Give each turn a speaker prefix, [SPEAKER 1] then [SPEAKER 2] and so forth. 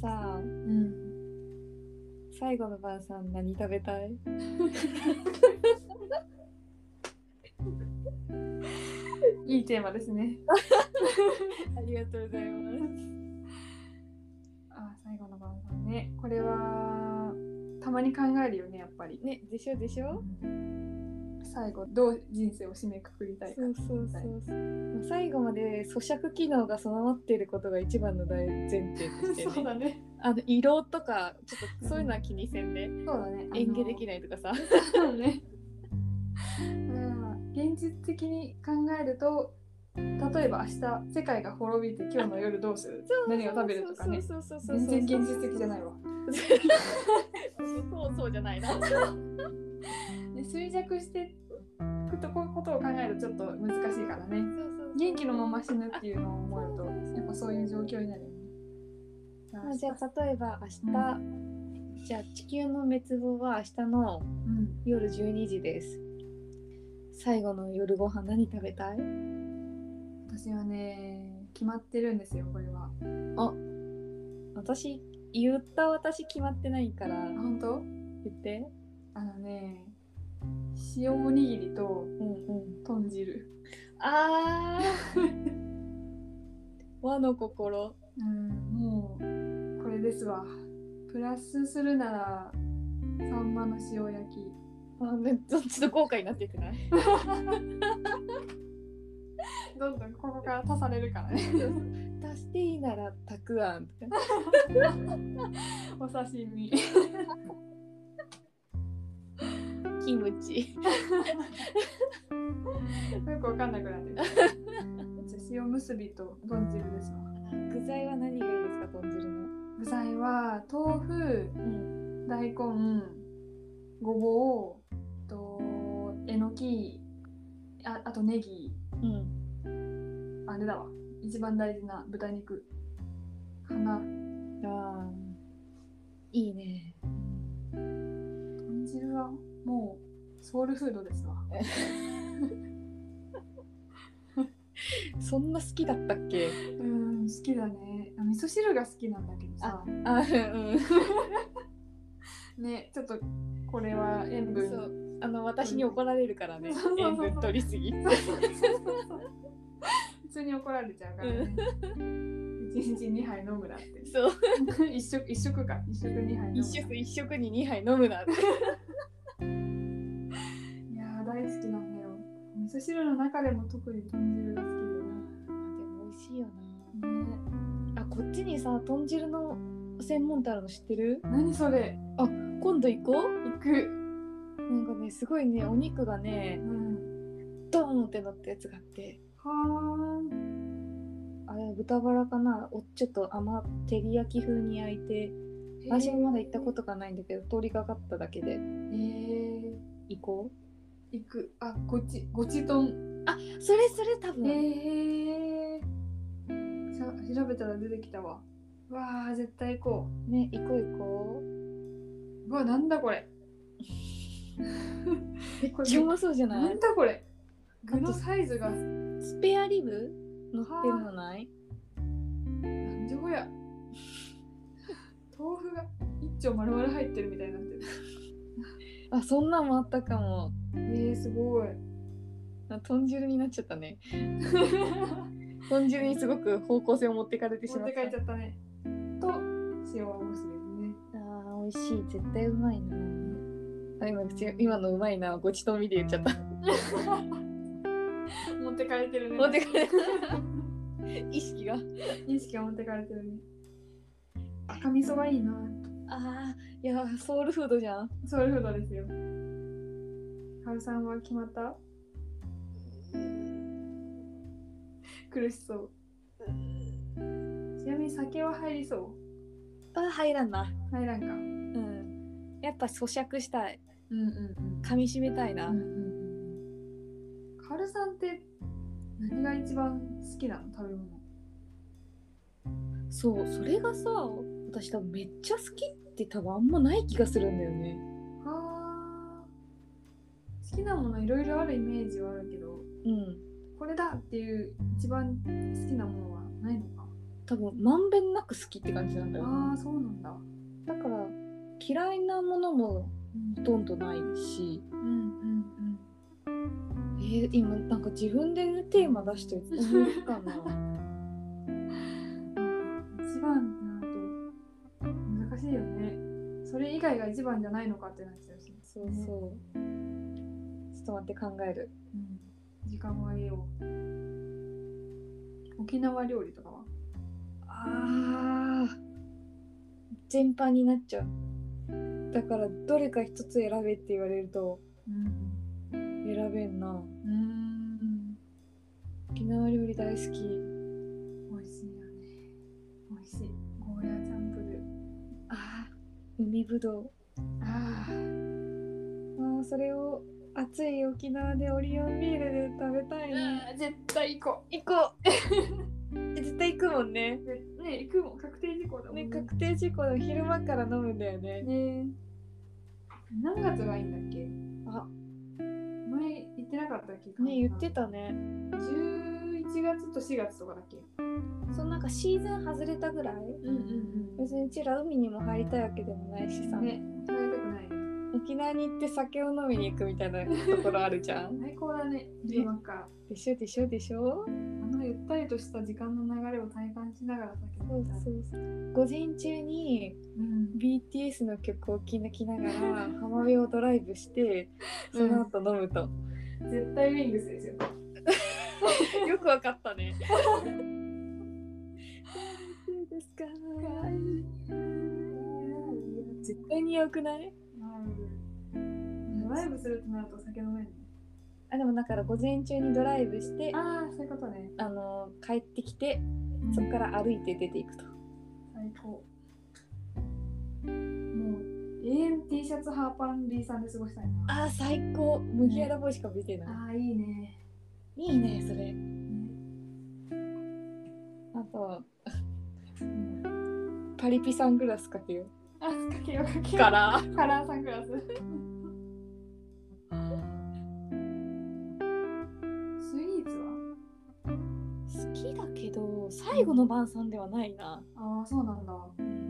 [SPEAKER 1] さ
[SPEAKER 2] うん。
[SPEAKER 1] 最後の晩さん何食べたい
[SPEAKER 2] いいテーマですね。
[SPEAKER 1] ありがとうございます
[SPEAKER 2] あー最後の晩さんね。これはたまに考えるよねやっぱり。
[SPEAKER 1] ねでしょでしょ
[SPEAKER 2] 最後どう人生を締めくくりたいか。
[SPEAKER 1] そうそうそうそうまあ最後まで咀嚼機能が備わっていることが一番の大前提として、ね、
[SPEAKER 2] そうだね。
[SPEAKER 1] あの色とかちょっとそういうのは気にせんで、
[SPEAKER 2] そうだね。
[SPEAKER 1] 演技でき
[SPEAKER 2] ない。
[SPEAKER 1] ないとかさ
[SPEAKER 2] そうだね。まあ現実的に考えると。例えば明日世界が滅びて今日の夜どうする何を食べるとかね
[SPEAKER 1] そうそうそうそう
[SPEAKER 2] 全然現実的じ ゃないわ、
[SPEAKER 1] そうそうじゃないな
[SPEAKER 2] ね、衰弱していくとこことを考えるとちょっと難しいからね元気のまま死ぬっていうのを思うとやっぱそういう状況になるよね。
[SPEAKER 1] まあ、じゃあ例えば明日、じゃあ地球の滅亡は明日の
[SPEAKER 2] うん、
[SPEAKER 1] 夜12時です最後の夜ご飯何食べたい
[SPEAKER 2] 私はね決まってるんですよこれは。
[SPEAKER 1] 私言った私決まってないから
[SPEAKER 2] あ
[SPEAKER 1] 言
[SPEAKER 2] 本当
[SPEAKER 1] って
[SPEAKER 2] あのね塩おにぎりと
[SPEAKER 1] うんうん
[SPEAKER 2] 豚汁。
[SPEAKER 1] あー和の心
[SPEAKER 2] うんもうこれですわ。プラスするならサンマの塩焼き。
[SPEAKER 1] あめちょちょっと後悔になってってない
[SPEAKER 2] どんどんここから足されるからね。
[SPEAKER 1] 足していいならたくあんとか
[SPEAKER 2] お刺身。
[SPEAKER 1] キムチ
[SPEAKER 2] よくわかんなく なってる。じゃあ塩結びと豚汁ですわ。
[SPEAKER 1] 具材は何がいいですか豚汁の
[SPEAKER 2] 具材は豆腐大根ごぼうとえのきああとネギ
[SPEAKER 1] うん、うん、
[SPEAKER 2] あれだわ一番大事な豚肉花
[SPEAKER 1] あーいいね
[SPEAKER 2] 豚汁はもうソウルフードですわ
[SPEAKER 1] そんな好きだったっけ
[SPEAKER 2] うん好きだねあ味噌汁が好きなんだけどさ
[SPEAKER 1] あうん
[SPEAKER 2] ねちょっとこれは塩分
[SPEAKER 1] そうあの私に怒られるからね
[SPEAKER 2] そうそうそう
[SPEAKER 1] 塩分取りすぎ
[SPEAKER 2] そうそうそうそう普通に怒られちゃうからね1日2杯飲むなって
[SPEAKER 1] そう
[SPEAKER 2] 一食一食か一食2杯飲むな
[SPEAKER 1] 一食一食に2杯飲むなって
[SPEAKER 2] いやー大好きなんだよ。お味噌汁の中でも特に豚汁が好き
[SPEAKER 1] でも美味しいよ
[SPEAKER 2] だよね。ね
[SPEAKER 1] なあこっちにさ豚汁の専門店あるの知ってる
[SPEAKER 2] 何それ
[SPEAKER 1] 今度行こう
[SPEAKER 2] 行く。
[SPEAKER 1] なんかねすごいねお肉がね
[SPEAKER 2] うん。
[SPEAKER 1] ドーンって乗ったやつがあって
[SPEAKER 2] は
[SPEAKER 1] あれは豚バラかなおちょっと甘照り焼き風に焼いて
[SPEAKER 2] ー
[SPEAKER 1] 私もまだ行ったことがないんだけど通りかかっただけで
[SPEAKER 2] えー、
[SPEAKER 1] 行こう
[SPEAKER 2] 行く。あ、ごち、ごちとん。
[SPEAKER 1] それそれ多
[SPEAKER 2] え
[SPEAKER 1] 分、
[SPEAKER 2] ー。しゃ調べたら出てきたわ。わあ、絶対行こ
[SPEAKER 1] ね行こう行こ
[SPEAKER 2] う。うわ、なんだこれ。
[SPEAKER 1] うえ
[SPEAKER 2] これ
[SPEAKER 1] 超うまそうじゃな
[SPEAKER 2] ないんだこれ。
[SPEAKER 1] あと
[SPEAKER 2] 具のサイズが。
[SPEAKER 1] スペアリブ乗ってるのない
[SPEAKER 2] なんじゃこりゃ。 豆腐が一丁丸々入ってるみたいになってる。
[SPEAKER 1] あそんなんもあったかも
[SPEAKER 2] えー、すごい。
[SPEAKER 1] あ豚汁になっちゃった ね豚汁にすごく方向性を持ってかれてし
[SPEAKER 2] 持
[SPEAKER 1] ま
[SPEAKER 2] っ
[SPEAKER 1] ってた
[SPEAKER 2] 帰っちゃったね。と、塩おむすびですね。
[SPEAKER 1] あー美味しい絶対うまいなあ今口今のうまいなごちとみで言っちゃった
[SPEAKER 2] 持って帰ってるね。
[SPEAKER 1] 持ってかれた 意識が
[SPEAKER 2] 意識が持って帰ってるね。赤味噌がいいな。
[SPEAKER 1] あーいやソウルフードじゃん
[SPEAKER 2] ソウルフードですよ。ハルさんは決まった苦しそう。ちなみに酒は入りそ
[SPEAKER 1] あ入らんな
[SPEAKER 2] う入らんか。うん
[SPEAKER 1] うんやっぱ咀嚼したい
[SPEAKER 2] うん
[SPEAKER 1] 噛みしめたいな、
[SPEAKER 2] うんうん。ハルさんって何が一番好きなの食べ物。
[SPEAKER 1] そうそれがさ私多分めっちゃ好きって多分あんまない気がするんだよね
[SPEAKER 2] あー好きなものいろいろあるイメージはあるけ
[SPEAKER 1] う
[SPEAKER 2] ど
[SPEAKER 1] ん
[SPEAKER 2] これだっていう一番好きなものはないのか
[SPEAKER 1] 多分まんべんなく好きって感じなんだよね
[SPEAKER 2] ああそうなんだ。
[SPEAKER 1] だから嫌いなものもほとんどないし、
[SPEAKER 2] うんうん
[SPEAKER 1] えー今なんか自分でテーマ出して 思いつかんな
[SPEAKER 2] うん。一番だと難しいよね。それ以外が一番じゃないのかってなっちゃうし。
[SPEAKER 1] そうそうちょっと待って考える
[SPEAKER 2] うん。時間をあげよう。沖縄料理とかは
[SPEAKER 1] あー全般になっちゃうだからどれか一つ選べって言われると
[SPEAKER 2] うん。
[SPEAKER 1] 選べんな
[SPEAKER 2] うーん。
[SPEAKER 1] 沖縄料理大好き
[SPEAKER 2] 美味しいよね。美味しい。ゴーヤチャンプルー。
[SPEAKER 1] あー海ぶどう
[SPEAKER 2] ああ。
[SPEAKER 1] あーそれを暑い沖縄でオリオンビールで食べたいな
[SPEAKER 2] 絶対行こ
[SPEAKER 1] 行こう 絶対行くもんね
[SPEAKER 2] う。ねね行くもん確定事項だもん
[SPEAKER 1] ね確定事項の昼間から飲むんだよね
[SPEAKER 2] ね何月がいいんだっけ
[SPEAKER 1] あ
[SPEAKER 2] 前言ってなかったっけ
[SPEAKER 1] ね言ってたね
[SPEAKER 2] 11月と4月とかだっけ
[SPEAKER 1] そのなんかシーズン外れたぐらい、別にうちら海にも入りたいわけでもないしさ、
[SPEAKER 2] ね食べたくないね
[SPEAKER 1] 沖縄に行って酒を飲みに行くみたいなところあるじゃん
[SPEAKER 2] 最高だね
[SPEAKER 1] ね
[SPEAKER 2] なんか
[SPEAKER 1] でしょでしょでしょ
[SPEAKER 2] あのゆったりとした時間の流れを体感しながら酒
[SPEAKER 1] そ
[SPEAKER 2] 飲
[SPEAKER 1] うん
[SPEAKER 2] だ
[SPEAKER 1] そうそう午前中に
[SPEAKER 2] うん、
[SPEAKER 1] BTS の曲を聴きながら浜辺をドライブしてその後飲むと、
[SPEAKER 2] 絶対ウィングスですよ
[SPEAKER 1] よくわかったねですか絶対に良くない
[SPEAKER 2] うんドライブするとなると酒飲めるね
[SPEAKER 1] あでもだから午前中にドライブしてあ
[SPEAKER 2] ああそういうことね
[SPEAKER 1] の帰ってきてそこから歩いて出ていくと
[SPEAKER 2] 最高もう永遠 T シャツハーパン B さんで過ごしたいな
[SPEAKER 1] あー最高麦わら帽子しか見てない、
[SPEAKER 2] あーいいね
[SPEAKER 1] いいねそれ
[SPEAKER 2] ね
[SPEAKER 1] あとパリピサングラスかけよう
[SPEAKER 2] あかけようかけよう
[SPEAKER 1] カラー
[SPEAKER 2] カラーサング ラススイーツは
[SPEAKER 1] 好きだけど最後の晩餐ではないな、
[SPEAKER 2] ああそうなんだ
[SPEAKER 1] うん